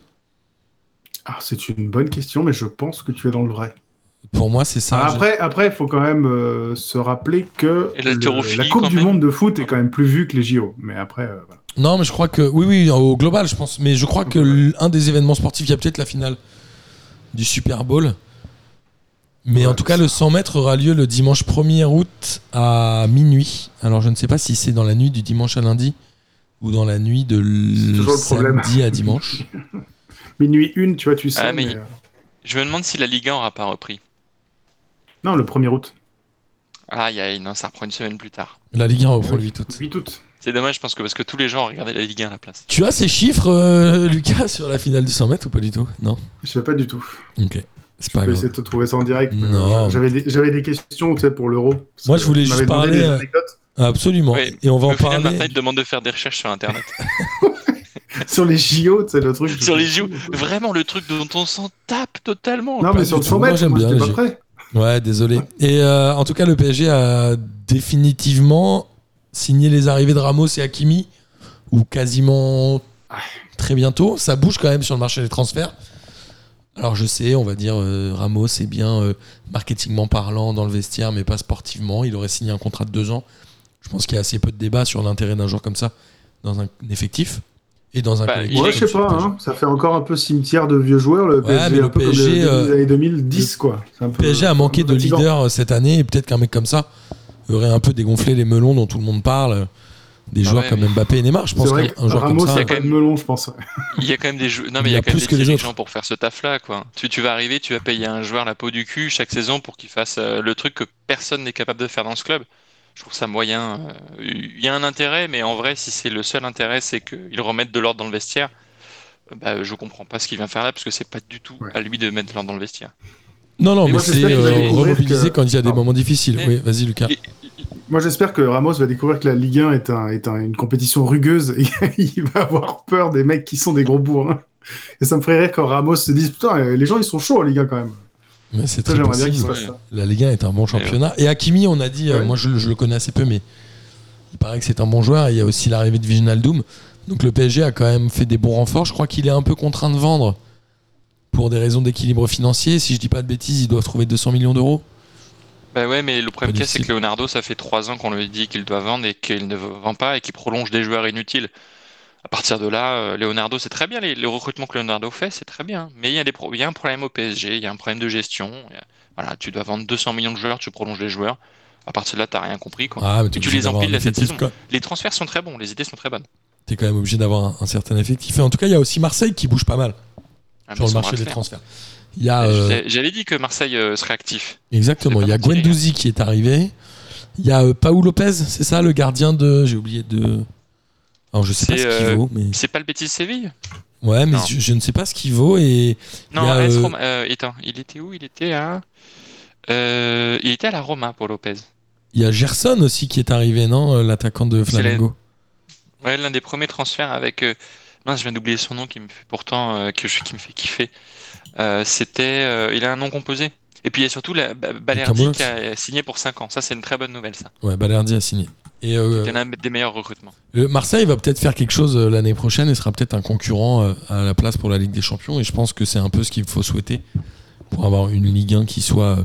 Ah, c'est une bonne question, mais je pense que tu es dans le vrai.
Pour moi, c'est ça.
Ah,
J'ai-
après, après, il faut quand même euh, se rappeler que
Et l'haltérophilie,
la Coupe
quand
du
même.
Monde de foot est quand même plus vue que les JO. Mais après, euh, voilà.
Non, mais je crois que. Oui, oui, au global, je pense. Mais je crois que l'un des événements sportifs, il y a peut-être la finale du Super Bowl. Mais en
Ouais,
tout cas, le 100 mètres aura lieu le dimanche 1er août à minuit. Alors, je ne sais pas si c'est dans la nuit du dimanche à lundi ou dans la nuit de
C'est
l-
toujours le problème.
samedi à dimanche.
Minuit une, tu vois, tu sais.
Ah, mais-
mais, euh,
Je me demande si la Ligue 1 aura pas repris.
Non, le 1er août.
Aïe aïe, non, ça reprend une semaine plus tard.
La Ligue 1 reprend le 8 août.
8 août.
C'est dommage, je pense que parce que tous les gens ont regardé la Ligue 1 à la place.
Tu as ces chiffres, euh, Lucas, sur la finale du 100 mètres ou pas du tout Non
Je sais pas du tout.
Ok. C'est
Je
pas
vais
grave.
essayer de te trouver ça en direct. mais,
Non.
euh, J'avais des, j'avais des questions, tu sais, pour l'euro. Parce
Moi,
que
je voulais
on
juste
m'avait demandé
parler,
des
euh,
anecdotes
Absolument.
Oui.
Et on va
Au
en
final,
parler.
Marseille demande de faire des recherches sur Internet.
Sur les JO, tu sais, le truc.
sur les JO, vraiment le truc dont on s'en tape totalement.
Non, mais sur le
tout.
100
Moi,
mètres,
j'aime
moi,
bien
j'étais
les
pas prêt.
Ouais, désolé. Et euh, en tout cas, le PSG a définitivement signé les arrivées de Ramos et Hakimi, ou quasiment très bientôt. Ça bouge quand même sur le marché des transferts. Alors je sais, on va dire euh, Ramos est bien euh, marketingment parlant dans le vestiaire, mais pas sportivement. Il aurait signé un contrat de deux ans. Je pense qu'il y a assez peu de débat sur l'intérêt d'un joueur comme ça dans un effectif et dans un
Bah,
collectif
Il
Ouais,
est
je
comme
sais
sur le
pas,
PSG.
hein, ça fait encore un peu cimetière de vieux joueurs, le PSG,
mais
un
le
peu
PSG,
comme le début
euh,
des années 2010, quoi. C'est un peu-
PSG a manqué de
fatigant.
leader euh, cette année et peut-être qu'un mec comme ça aurait un peu dégonflé les melons dont tout le monde parle. euh, Des
Ah
joueurs
ouais,
comme
mais-
Mbappé et Neymar, je
C'est
pense
vrai
qu'un
que
un joueur
Ramos,
comme ça.
c'est pas de melon, je pense.
Il y a quand même des jou- non mais
Il
il
y
y
a
a quand même
plus
des
que les
dirigeants
autres.
pour faire ce taf là quoi. Tu, tu vas arriver, tu vas payer un joueur la peau du cul chaque saison pour qu'il fasse euh, le truc que personne n'est capable de faire dans ce club. Je trouve ça moyen. euh, Il y a un intérêt, mais en vrai, si c'est le seul intérêt, c'est qu'ils remettent de l'ordre dans le vestiaire. euh, Bah, je comprends pas ce qu'il vient faire là parce que c'est pas du tout
Ouais.
à lui de mettre de l'ordre dans le vestiaire.
Non, non,
Et
mais
moi,
c'est
j'espère
qu'il va
euh,
découvrir
remobiliser
que-
quand il y a des
Pardon.
moments difficiles.
Et-
Oui, vas-y, Lucas.
Et-
Moi, j'espère que Ramos va découvrir que la Ligue 1 est, un, est un- une compétition rugueuse et il va avoir peur des mecs qui sont des gros bourrins. Et ça me ferait rire quand Ramos se dise Putain, euh, les gens, ils sont chauds en Ligue 1 quand même.
Mais c'est
Ça,
très
j'aimerais bien
possible.
qu'il se passe
ouais.
ça.
La Ligue 1 est un bon championnat. Et Hakimi, on a dit, euh,
Ouais.
moi je, je le connais assez peu, mais il paraît que c'est un bon joueur. Et il y a aussi l'arrivée de Viginaldoum. Donc le PSG a quand même fait des bons renforts. Je crois qu'il est un peu contraint de vendre pour des raisons d'équilibre financier. Si je dis pas de bêtises, il doit trouver 200 millions d'euros.
Bah ouais, mais le problème
Pas
qu'il y a, c'est
difficile.
que Leonardo, ça fait trois ans qu'on lui dit qu'il doit vendre et qu'il ne vend pas et qu'il prolonge des joueurs inutiles. À partir de là, euh, Leonardo, c'est très bien, les- le recrutement que Leonardo fait, c'est très bien. Mais il y a des pro- il y a un problème au PSG, il y a un problème de gestion. il y a- Voilà, tu dois vendre 200 millions de joueurs, tu prolonges les joueurs. À partir de là, t'as rien compris, quoi.
Ah, mais t'es
Et tu
obligé
les
d'avoir
empiles
un
là, cette
effectif,
saison.
quoi.
Les transferts sont très bons, les idées sont très bonnes.
T'es quand même obligé d'avoir un, un certain effectif. Et en tout cas, il y a aussi Marseille qui bouge pas mal
Ah, mais
sur
ils
le
sont
marché des
rares à
transferts. Il y a
faire.
euh,
J'ai- J'avais dit que Marseille euh, serait actif.
exactement,
c'est
il y
pas
a
parti, les gars.
Guendouzi qui est arrivé. Il y a euh, Paou Lopez, c'est ça, le gardien de. J'ai oublié de. Alors je sais pas
C'est,
ce qu'il
euh,
vaut, mais
C'est pas le Betis Séville?
ouais, mais
non.
je, je ne sais pas ce qu'il vaut et
Non,
Il y a,
AS
euh,
Roma- euh, attends, il était où? Il était à. euh, il était à la Roma pour Lopez.
il y a Gerson aussi qui est arrivé, non, euh, l'attaquant de
C'est la-
Flamengo.
Ouais, l'un des premiers transferts avec. euh, mince, je viens d'oublier son nom qui me fait pourtant euh, que je- qui me fait kiffer. Euh, c'était. euh, il a un nom composé. Et puis il y a surtout la, Ba- Balerdi
Cameroun.
qui a signé pour 5 ans. Ça, c'est une très bonne nouvelle, ça.
Ouais, Balerdi a signé. Et euh,
C'est l'un des meilleurs recrutements.
le Euh, Marseille va peut-être faire quelque chose euh, l'année prochaine et sera peut-être un concurrent euh, à la place pour la Ligue des Champions. Et je pense que c'est un peu ce qu'il faut souhaiter pour avoir une Ligue 1 qui soit euh,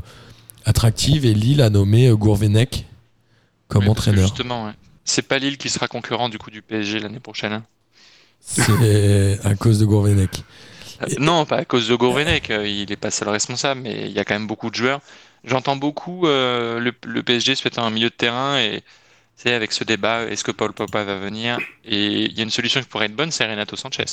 attractive. Et Lille a nommé euh, Gourvenec comme
Ouais, parce que
entraîneur.
Justement, ouais. C'est pas Lille qui sera concurrent du coup du PSG l'année prochaine. hein.
C'est à cause de Gourvenec.
Euh,
Et-
Non, pas à cause de Gourvenec. euh, Il est pas seul responsable, mais il y a quand même beaucoup de joueurs. J'entends beaucoup euh, le, le PSG souhaitant un milieu de terrain et. C'est avec ce débat, est-ce que Paul Pogba va venir Et il y a une solution qui pourrait être bonne, c'est Renato Sanchez.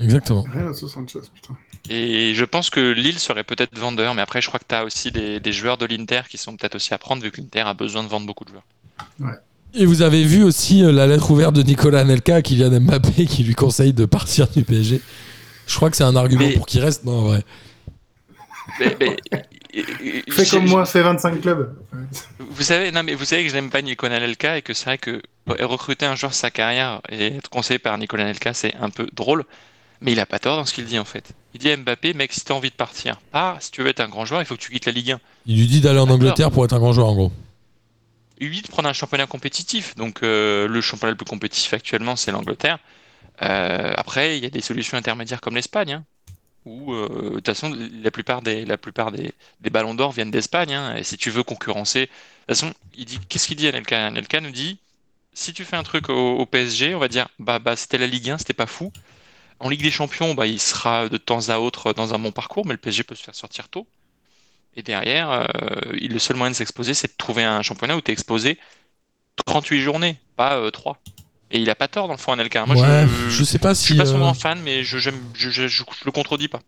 Exactement.
Rien à 76, putain.
Et je pense que Lille serait peut-être vendeur, mais après, je crois que tu as aussi des, des joueurs de l'Inter qui sont peut-être aussi à prendre, vu que l'Inter a besoin de vendre beaucoup de joueurs.
Et vous avez vu aussi euh, la lettre ouverte de Nicolas Nelka qui vient Mbappé qui lui conseille de partir du PSG. Je crois que c'est un argument
Mais-
pour qu'il reste. Non, en vrai.
Mais- mais- et- et-
Fais
je-
comme
je-
moi, fais 25 clubs.
Vous savez, non, mais vous savez que je n'aime pas Nicolas Nelka et que c'est vrai que recruter un joueur de sa carrière et être conseillé par Nicolas Nelka, c'est un peu drôle, mais il a pas tort dans ce qu'il dit en fait. Il dit à Mbappé, mec, si tu as envie de partir, pars. Si tu veux être un grand joueur, il faut que tu quittes la Ligue 1.
Il lui dit d'aller en
D'accord.
Angleterre pour être un grand joueur, en gros.
Lui, de prendre un championnat compétitif. Donc, euh, le championnat le plus compétitif actuellement, c'est l'Angleterre. Euh, après, il y a des solutions intermédiaires comme l'Espagne, hein, où, euh, de toute façon, la plupart des, la plupart des, des ballons d'or viennent d'Espagne. hein, et si tu veux concurrencer. De toute façon, il dit, qu'est-ce qu'il dit Anelka Anelka nous dit si tu fais un truc au, au PSG, on va dire bah, bah c'était la Ligue 1, c'était pas fou. En Ligue des Champions, bah, il sera de temps à autre dans un bon parcours, mais le PSG peut se faire sortir tôt. Et derrière, euh, il- le seul moyen de s'exposer, c'est de trouver un championnat où tu es exposé 38 journées, pas 3. Et il a pas tort dans le fond, Anelka. Ah, Moi,
ouais,
je,
je, sais pas
je
si.
suis pas son
euh,
grand fan, mais je, j'aime- je, je- je- je le contredis pas.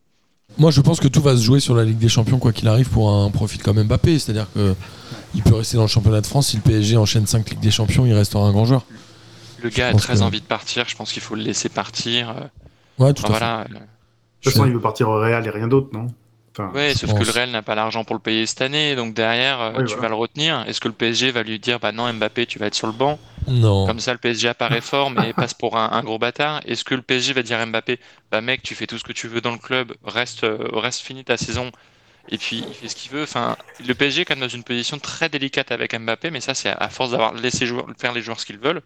Moi, je pense que tout va se jouer sur la Ligue des Champions, quoi qu'il arrive, pour un profil comme Mbappé. C'est-à-dire que il peut rester dans le championnat de France. Si le PSG enchaîne 5 Ligues des Champions, il restera un grand joueur.
Le
Je
gars a
pense
très
que-
envie de partir. Je pense qu'il faut le laisser partir. euh,
Ouais, tout
enfin,
à fait.
voilà. euh,
toute façon,
Je-
il veut partir au Real et rien d'autre, non Enfin,
Ouais,
je
sauf
pense.
que le Real n'a pas l'argent pour le payer cette année. Donc derrière, euh,
Oui,
tu
voilà.
vas le retenir. Est-ce que le PSG va lui dire, bah non, Mbappé, tu vas être sur le banc
Non.
Comme ça, le PSG apparaît fort, mais passe pour un, un gros bâtard. Est-ce que le PSG va dire à Mbappé, bah mec, tu fais tout ce que tu veux dans le club, reste, euh, reste fini ta saison, et puis il fait ce qu'il veut. Enfin, le PSG est quand même dans une position très délicate avec Mbappé, mais ça, c'est à- à force d'avoir laissé jouer- faire les joueurs ce qu'ils veulent,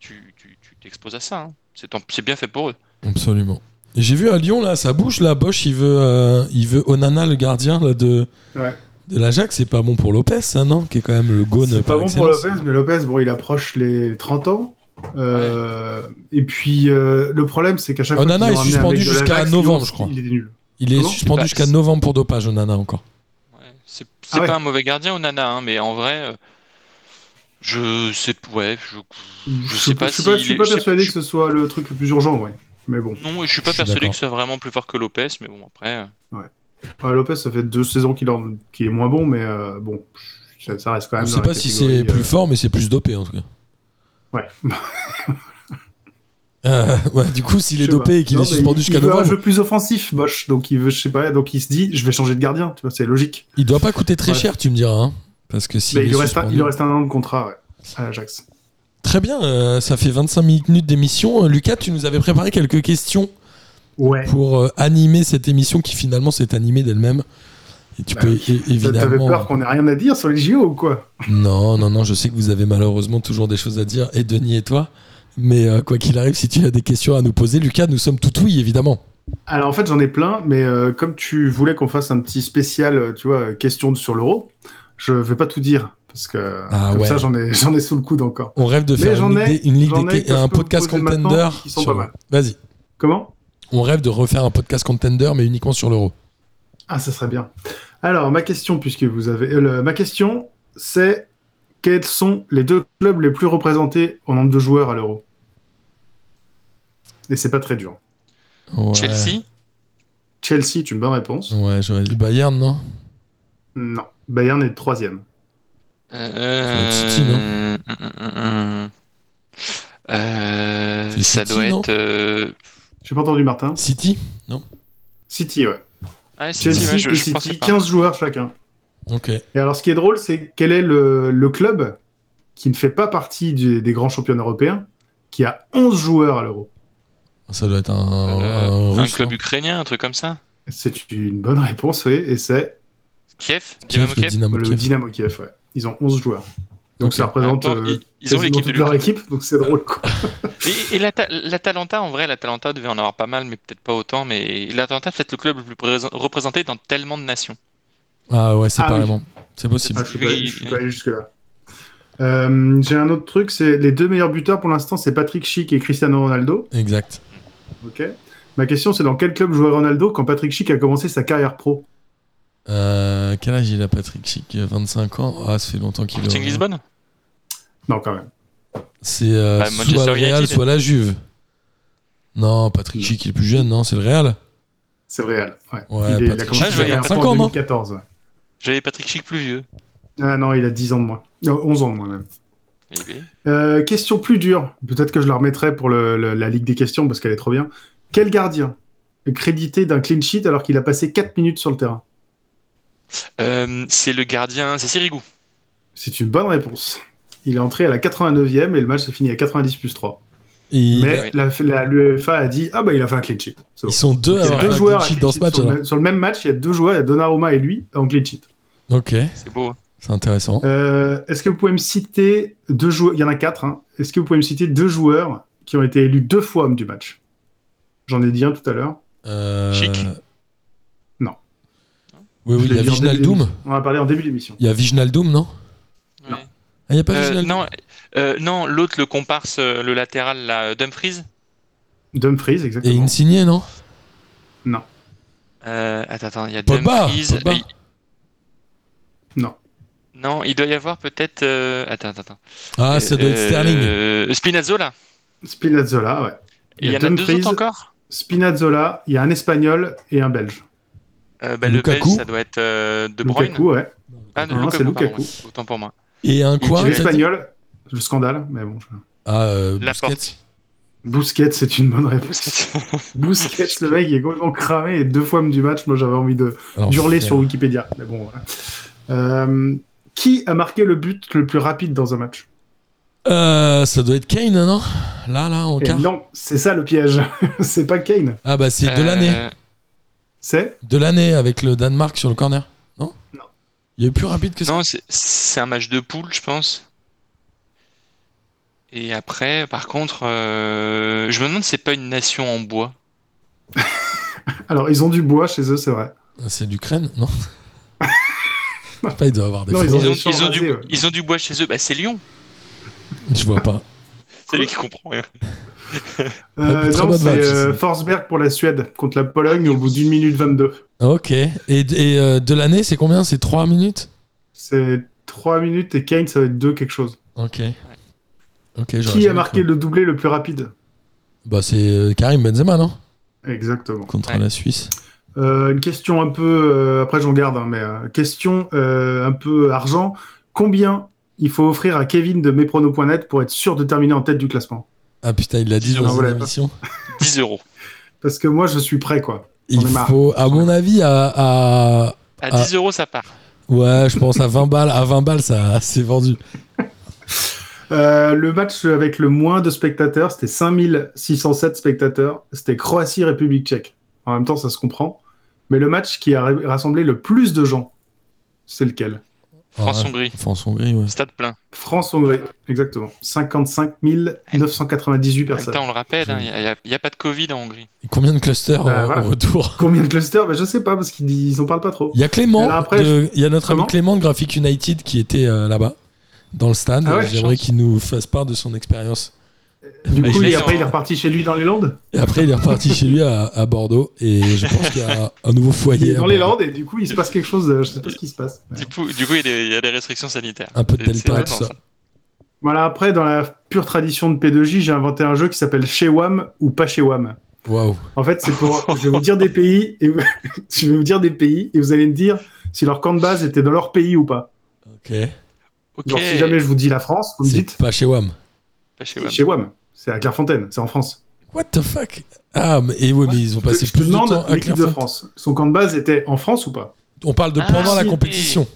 tu tu- tu t'exposes à ça. hein. C'est tant- c'est bien fait pour eux.
Absolument. Et J'ai vu à Lyon, là, ça bouge, là. Bosch, il veut, euh, il veut Onana, le gardien là, de,
Ouais.
de l'Ajax. C'est pas bon pour Lopez, ça, non Qui est quand même le gone.
C'est pas
par
bon pour
excellence.
Lopez, mais Lopez, bon, il approche les 30 ans. Euh, Et puis, euh, le problème, c'est qu'à chaque fois.
Onana est
qu'ils ont ramené un mec
suspendu
de
jusqu'à
l'Ajax,
novembre,
ils ont-
je crois.
Il était nul.
Il est
Comment
suspendu
Bah,
jusqu'à
c'est-
novembre pour dopage, Onana, encore.
Ouais. C'est c'est
Ah ouais.
pas un mauvais gardien, Onana, hein, mais en vrai, euh, je sais, ouais, je,
Je
sais pas
je suis pas,
s'il
je suis
est-
pas
je sais-
persuadé
je-
que ce soit le truc le plus urgent, ouais. Mais bon,
non, je suis pas
Je suis
persuadé
d'accord.
que ce soit vraiment plus fort que Lopez, mais bon, après. euh,
Ah, Lopez, ça fait deux saisons qu'il en- qu'il est moins bon, mais euh, bon, ça, ça reste quand même.
Je
dans
sais
la
pas si
catégorie,
c'est
euh,
plus fort, mais c'est plus dopé, en tout cas.
Ouais.
Euh, ouais, du coup, s'il
Je
est
sais
dopé
pas.
et qu'il
Non,
est
mais
suspendu
il-
jusqu'à
il veut un
novembre,
jeu plus offensif, Bosch. Donc il veut, je sais pas, donc il se dit, je vais changer de gardien. Tu vois, c'est logique.
il doit pas coûter très
Ouais.
cher, tu me diras. hein. parce que s'il
Mais il
est
lui reste, un, il
suspendu-
lui reste un an de contrat ouais, à l'Ajax.
Très bien, euh, ça fait 25 minutes d'émission. Euh, Lucas, tu nous avais préparé quelques questions
Ouais.
pour euh, animer cette émission qui finalement s'est animée d'elle-même. Et tu
Bah
peux
oui.
é- évidemment.
T'avais peur qu'on ait rien à dire sur les JO ou quoi
Non, non, non, je sais que vous avez malheureusement toujours des choses à dire, et Denis et toi. Mais euh, quoi qu'il arrive, si tu as des questions à nous poser, Lucas, nous sommes tout oui, évidemment.
Alors en fait, j'en ai plein, mais euh, comme tu voulais qu'on fasse un petit spécial, euh, tu vois, euh, question sur l'euro, je vais pas tout dire parce que
Ah
comme
ouais.
ça, j'en ai, j'en ai sous le coude encore.
On rêve de
Mais
faire
j'en
une,
ai-
idée- une ligue
j'en
des-
ai que
un
je peux vous
podcast
poser maintenant,
contender.
qui sont
sur-
pas mal.
Vas-y,
Comment
on rêve de refaire un podcast contender, mais uniquement sur l'euro.
Ah, ça serait bien. Alors, ma question, puisque vous avez. euh, le- ma question, c'est quels sont les deux clubs les plus représentés en nombre de joueurs à l'Euro Et c'est pas très dur.
Ouais.
Chelsea,
Chelsea, tu une bonne réponse
Ouais, j'aurais dit Bayern, non Mm.
Non. Bayern est troisième.
Euh,
Ça doit être City, non
euh, euh, euh,
C'est
ça
City,
doit
non
être. euh,
J'ai pas entendu Martin.
City
City, ouais.
Ah, City,
Chelsea
ouais, je,
et
je pensais
City,
pas.
15 joueurs chacun.
Ok.
Et alors, ce qui est drôle, c'est quel est le, le club qui ne fait pas partie du- des grands championnats européens, qui a 11 joueurs à l'Euro
Ça doit être un,
Euh,
un
un
Ah, russe,
club
non
ukrainien, un truc comme ça.
C'est une bonne réponse, oui, et c'est
Kiev, Dynamo
Kiev, le
Kiev.
Dynamo
Le
Kiev.
Dynamo Kiev, ouais. Ils ont 11 joueurs. Donc
Ok.
ça représente
Attends,
euh,
ils, ils ont
quasiment
l'équipe de
toute leur
l'Ukraine.
équipe, donc c'est drôle.
Ah,
quoi.
Et, et l'Ata- l'Atalanta, en vrai, l'Atalanta devait en avoir pas mal, mais peut-être pas autant. Mais l'Atalanta, peut-être le club le plus présent- représenté dans tellement de nations.
Ah ouais, c'est
Ah
pas
oui.
vraiment. C'est possible.
Ah, je suis
Oui,
pas,
oui,
je suis
oui.
pas allé jusque-là. Euh, J'ai un autre truc, c'est les deux meilleurs buteurs pour l'instant, c'est Patrick Schick et Cristiano Ronaldo.
Exact.
Ok. Ma question, c'est dans quel club jouait Ronaldo quand Patrick Schick a commencé sa carrière pro
Euh, quel âge il a, Patrick Chic 25 ans Ah, ça fait longtemps qu'il
Sporting
est.
Lisbonne
Non, quand même.
C'est euh,
Bah,
soit
Manchester
le Real,
United.
soit la Juve. Non, Patrick Chic, il est le plus jeune, non C'est le Real
C'est le Real. Ouais.
Ouais,
il, est- il a
Patrick
commencé
Schick,
sa
il a
carrière pro
25 ans,
en
non
2014. ouais.
J'avais Patrick Schick plus vieux.
Ah non, il a 10 ans de moins. Non, 11 ans de moins, même.
Eh bien,
Euh, question plus dure. Peut-être que je la remettrai pour le- le- la Ligue des questions parce qu'elle est trop bien. Quel gardien est crédité d'un clean sheet alors qu'il a passé 4 minutes sur le terrain
euh, c'est le gardien, c'est Sirigu.
C'est une bonne réponse. Il est entré à la 89e et le match s'est fini à 90 plus 3.
Et il-
Mais la, la- l'UEFA a dit Ah bah il a fait un clean sheet. C'est bon.
Ils sont deux
Il
à
y a
avoir
deux
fait un
joueurs à
clean sheet
clean
dans
sheet
ce match. hein.
sur, le
alors.
même- sur le même match, il y a deux joueurs, il y a Donnarumma et lui en clean sheet.
Ok,
C'est beau. hein.
c'est intéressant.
Euh, Est-ce que vous pouvez me citer deux joueurs Il y en a quatre. hein. Est-ce que vous pouvez me citer deux joueurs qui ont été élus deux fois homme du match J'en ai dit un tout à l'heure.
Euh...
Chic
Non.
Oui, oui,
Je
il y
l'ai
a
dit en début
Vignaldoum.
d'émission. On en a parlé en début d'émission.
Il y a Vignaldoum, non
Ouais.
Non.
Ah, il n'y a pas
Euh,
Vignaldoum
non, euh, non, l'autre, le comparse, euh, le latéral, là, Dumfries.
Dumfries,
Et
exactement.
Insigné, non
Euh, attends, attends, il y a
Pogba,
Dumfries.
Pogba.
euh, il-
Non.
Non, il doit y avoir peut-être. euh, Attends, attends, attends.
Ah, ça doit Ah, être Sterling.
Euh, Spinazzola.
Spinazzola, ouais.
Il y, en a deux
Dumfries,
autres encore
Spinazzola, il y a un Espagnol et un Belge.
Euh, bah, Le
Lukaku.
Belge, ça doit être euh, De Bruyne.
Lukaku, ouais.
Ah, de
Non, c'est
Lukaku, pardon,
Lukaku.
oui. autant pour moi.
Et un quoi
Ouais,
t'as dit
L'Espagnol, le scandale, mais bon. je-
Ah, euh,
La
Busquets.
Busquets, c'est une bonne réponse.
Euh,
Busquets, le mec, il est complètement cramé et deux fois même du match, moi j'avais envie de
Alors,
hurler
putain.
sur Wikipédia. Mais bon, voilà. Euh, qui a marqué le but le plus rapide dans un match
Euh, ça doit être Kane, non Là, là, en
Et
quart.
Eh Non, c'est ça le piège. c'est pas Kane.
Ah bah c'est de l'année.
Euh,
C'est
De l'année avec le Danemark sur le corner. Non
Non.
Il y a eu plus rapide que ça.
Non, c'est- c'est un match de poule, je pense. Et après, par contre, euh, je me demande si c'est pas une nation en bois.
Alors, ils ont du bois chez eux, c'est vrai.
C'est l'Ukraine, non Pas, il doit avoir des
Non,
fois.
ont
Ils ont,
des champs
ils ont du,
rasés, ouais.
ils ont du bois chez eux. Bah, c'est Lyon.
Je vois pas.
C'est lui qui comprend rien.
Euh,
Très
non,
bonne
c'est
match,
euh,
ça.
Forsberg pour la Suède contre la Pologne au bout d'une minute 22.
Ok. Et, et, euh, de l'année, c'est combien C'est 3 minutes
C'est 3 minutes et Kane, ça va être 2 quelque chose.
Ok. Ok, j'aurais
Qui a
jamais
marqué
cru.
le doublé le plus rapide
Bah, c'est euh, Karim Benzema, non
Exactement.
Contre
Ouais.
la Suisse.
Euh, une question un peu. euh, après, j'en garde, hein, mais euh, question euh, un peu argent. Combien il faut offrir à Kevin de mespronos.net pour être sûr de terminer en tête du classement
Ah putain, il l'a dit
Sinon,
dans
on
une
l'avait pas.
émission.
10 euros.
Parce que moi, je suis prêt, quoi.
Il
est marre.
faut, à mon avis, à, à-
À
Ah.
10 euros, ça part.
Ouais, je pense à 20 balles. À 20 balles, ça c'est vendu.
Euh, le match avec le moins de spectateurs, c'était 5607 spectateurs. C'était Croatie-République tchèque. En même temps, ça se comprend. Mais le match qui a ra- rassemblé le plus de gens, c'est lequel
Ah,
France-Hongrie.
France-Hongrie, ouais.
Stade plein.
Ah, France-Hongrie, exactement. 55 998
En même
personnes.
temps, on le rappelle, il n'y a, pas de Covid en Hongrie.
Et combien de clusters
Bah,
euh,
voilà.
au retour
Combien de clusters ben, Je sais pas, parce qu'ils ils en parlent pas trop.
Il y a Clément,
Alors après,
de- il y a notre ami
Comment
Clément de Graphic United qui était euh, là-bas, dans le stand.
Ah ouais,
J'aimerais qu'il nous fasse part de son expérience.
Du
Bah, je
coup, il-
l'ai
après,
en-
il est reparti chez lui dans les Landes.
Et après, il est reparti chez lui à, à Bordeaux. Et je pense qu'il y a un nouveau
Il
foyer.
est
à
dans les
Bordeaux.
Landes et du coup, il se passe quelque chose. euh, Je sais pas ce qui se passe.
Du coup, du coup, il y a des- il y a des restrictions sanitaires.
Un peu de
C'est-
Delta,
c'est
tout ça.
étonnant,
Voilà, après, dans la pure tradition de P2J, j'ai inventé un jeu qui s'appelle Chez Wam ou pas Chez Wam.
Waouh.
En fait, c'est pour. je vais vous dire des pays et vous- je vais vous dire des pays et vous allez me dire si leur camp de base était dans leur pays ou pas.
Ok.
Ok.
Genre, si jamais je vous dis la France, vous me
C'est
dites
pas chez Wam.
Pas chez
c'est
moi.
Chez Wam. C'est à Clairefontaine, c'est en France.
What the fuck Ah, mais, et ouais, mais ils ont passé
je te
plus de
demande
temps à
l'équipe de
Clairefontaine.
France. Son camp de base était en France ou pas
On parle de
Ah,
pendant la
si.
compétition.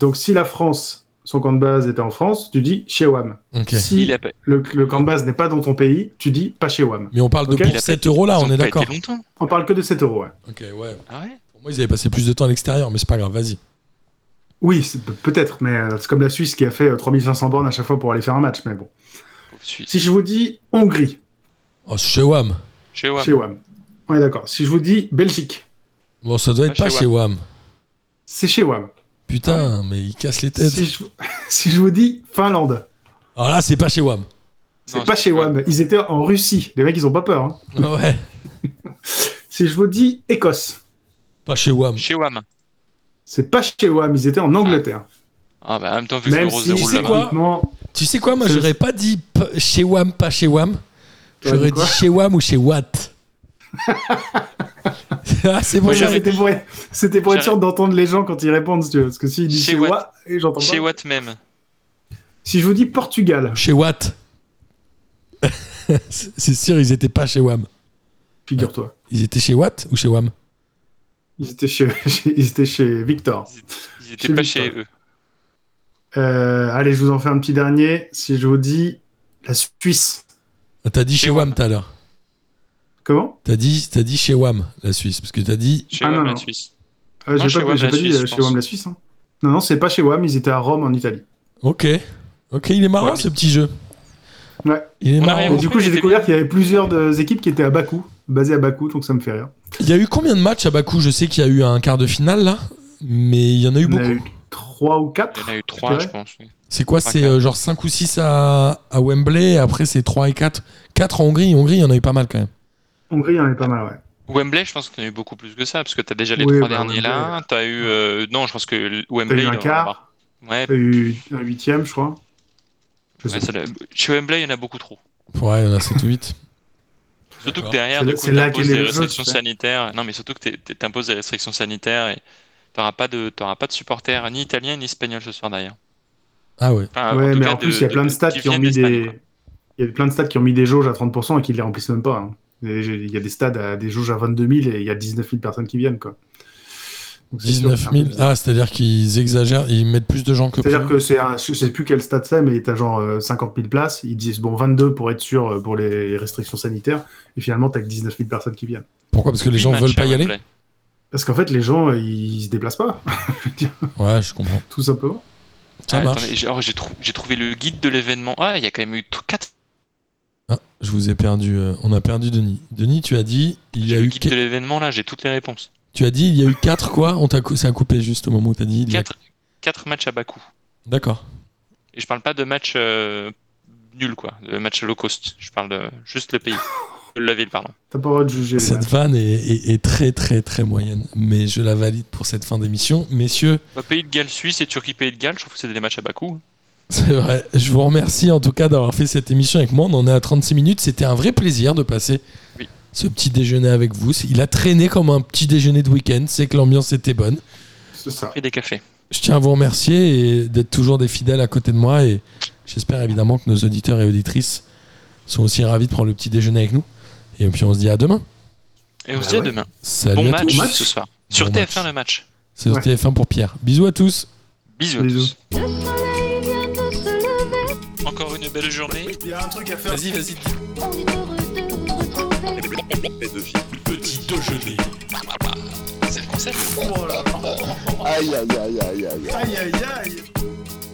Donc, si la France, son camp de base était en France, tu dis Chez Wam.
Ok.
Si
Il a pas-
le, le camp de base n'est pas dans ton pays, tu dis pas Chez Wam.
Mais on parle de
Ok.
pour
Il a
7
pas-
euros là,
ils
Ah, on
ont
est
pas
d'accord.
été longtemps.
On parle que de 7 euros. ouais.
Ok, ouais.
Ah ouais
Pour moi, ils avaient passé plus de temps à l'extérieur, mais c'est pas grave, vas-y.
Oui, c'est- pe- peut-être, mais euh, c'est comme la Suisse qui a fait euh, 3500 bornes à chaque fois pour aller faire un match. Mais bon.
Pauvre Suisse.
Si je vous dis Hongrie,
Oh, c'est chez Wam.
Chez moi.
chez WAM, on est d'accord. Si je vous dis Belgique,
Bon, ça doit être pas,
Pas chez Ah.
chez Wam.
c'est chez WAM.
Putain, mais ils cassent les têtes.
Si je, si je vous dis Finlande,
Alors là, c'est pas chez Wam.
c'est
Non,
pas chez WAM. Ils étaient en Russie. Les mecs, ils ont pas peur. hein.
Ouais.
Si je vous dis Écosse,
Pas chez Wam.
Chez WAM.
c'est pas chez WAM. Ils étaient en Angleterre.
Ah bah en même temps vu que
Même
l'euro se
si
déroule
c'est
là-bas.
quoi
techniquement,
Tu sais quoi, moi
C'est-
j'aurais pas dit p- chez Wam, pas chez Wam.
T'aurais
J'aurais
dit
dit
quoi
chez Wam ou chez Watt. ah, c'est bon,
Moi,
j'arrête.
ça,
j'aurais-
c'était pour, être- c'était pour être
J'aurais-
sûr d'entendre les gens quand ils répondent, si tu veux. Parce que s'ils disent
Chez
chez,
Watt.
WAM, et j'entends
Chez
pas.
Watt même.
Si je vous dis Portugal,
Chez Watt. c'est sûr, ils étaient pas chez Wam.
figure-toi.
Ils étaient chez Watt ou chez Wam
Ils étaient chez, ils étaient chez Victor.
Ils
Chez
étaient pas chez
Victor.
eux.
Euh, allez, je vous en fais un petit dernier. Si je vous dis la Suisse,
Ah, T'as dit chez
Chez
Wam
Wam.
tout à l'heure.
comment
T'as dit, t'as dit chez Wam, la Suisse, parce que t'as dit.
Chez
Ah, non,
WAM la
non.
Suisse.
Euh,
Non,
J'ai
chez
pas,
WAM,
j'ai
la
pas dit
Suisse, je
chez
pense.
WAM la Suisse. hein. Non, non, c'est pas chez WAM, ils étaient à Rome en Italie.
Ok. Ok, il est marrant
Ouais.
ce petit jeu.
Ouais.
Il est
On
marrant.
arrive
Et du
pourquoi
coup,
il
j'ai
était
découvert qu'il y avait plusieurs des équipes qui étaient à Bakou, basées à Bakou, donc ça me fait rire.
Il y a eu combien de matchs à Bakou Je sais qu'il y a eu un quart de finale là, mais il y en a eu
Il y en a
beaucoup.
eu trois
Il
ou
y en
quatre.
a eu trois
vrai
je pense. oui.
C'est quoi
Trois,
C'est
quatre.
euh, genre 5 ou 6 à, à Wembley, et après c'est 3 et 4. 4 en Hongrie. En Hongrie, il y en a eu pas mal quand même.
Hongrie, il y en avait pas mal, ouais.
Wembley, je pense que t'en as eu beaucoup plus que ça, parce que t'as déjà les
Oui,
trois
bah,
derniers là. T'as eu. euh, non, je pense que l-
T'as
Wembley.
eu
il
un
en a marre.
quart,
Ouais,
t'as eu un huitième, je crois. Je sais
ouais, ça doit- chez Wembley, il y en a beaucoup trop.
Ouais, il y en a 7 ou 8.
Surtout que
D'accord.
derrière,
C'est
du
là-
coup,
c'est là
t'imposes des
qu'est le jeu,
restrictions
tu sais.
sanitaires. Non, mais surtout que t'es- t'es- t'imposes des restrictions sanitaires et t'auras pas de, t'auras pas de supporters ni italiens ni espagnols ce soir d'ailleurs.
Ah ouais.
Enfin,
ouais,
tout
mais
cas,
en plus, il y a plein de stats qui, ont
viennent
mis
d'Espagne,
des.
quoi.
Il y a plein de stades qui ont mis des jauges à 30% et qui ne les remplissent même pas. hein. Et j'ai- Il y a des stades à des jauges à 22 000 et il y a 19 000 personnes qui viennent. Quoi. Donc, c'est sûr,
19
c'est un peu
000.
bizarre.
Ah, c'est-à-dire qu'ils exagèrent, ils mettent plus de gens que
C'est-à-dire
prévu.
que c'est un, je sais plus quel stade c'est, mais t'as genre euh, 50 000 places. Ils disent bon 22 pour être sûr euh, pour les restrictions sanitaires, et finalement t'as que 19 000 personnes qui viennent.
Pourquoi Parce que les gens
Match
veulent pas
à
y aller
Wembley.
Parce qu'en fait les gens euh, ils se déplacent pas,
Ouais, je comprends.
tout simplement.
Ça
Ah,
marche.
attendez, j'ai- alors, j'ai trou- j'ai trouvé le guide de l'événement. Ah, il y a quand même eu 4
Ah, je vous ai perdu. euh, on a perdu Denis. Denis, tu as dit il y a eu
guides de l'événement là, j'ai toutes les réponses.
tu as dit il y a eu 4 quoi On t'a cou- ça a coupé juste au moment où tu as dit. il y a-
4 matchs à bas coût.
D'accord.
Et je parle pas de match euh, nul quoi, de match low cost. Je parle de juste le pays, la ville pardon.
T'as pas le droit de juger. les
Cette
matchs.
vanne est, est- est très très très moyenne, mais je la valide pour cette fin d'émission, messieurs.
Bah, pays de Galles Suisse et Turquie Pays de Galles, je trouve que c'est des matchs à bas coût.
C'est vrai. Je vous remercie en tout cas d'avoir fait cette émission avec moi. On en est à 36 minutes. C'était un vrai plaisir de passer
Oui.
ce petit déjeuner avec vous. Il a traîné comme un petit déjeuner de week-end. C'est que l'ambiance était bonne.
C'est ça.
Prix des cafés.
Je tiens à vous remercier et d'être toujours des fidèles à côté de moi. Et j'espère évidemment que nos auditeurs et auditrices sont aussi ravis de prendre le petit déjeuner avec nous. Et puis on se dit à demain.
Et on
Bah
se dit à
ouais.
demain.
Salut
Bon
à
match,
tous.
match.
ce soir. Sur
Bon
TF1
match.
le match.
C'est sur
Ouais.
TF1 pour Pierre. Bisous à tous.
Bisous. à
Bisous.
tous. Encore une belle journée.
Il y a un truc à faire.
Vas-y, vas-y.
On est heureuse de vous retrouver.
Petit déjeuner.
C'est le concept.
Aïe, aïe, aïe, aïe, aïe, aïe.
Aïe aïe aïe.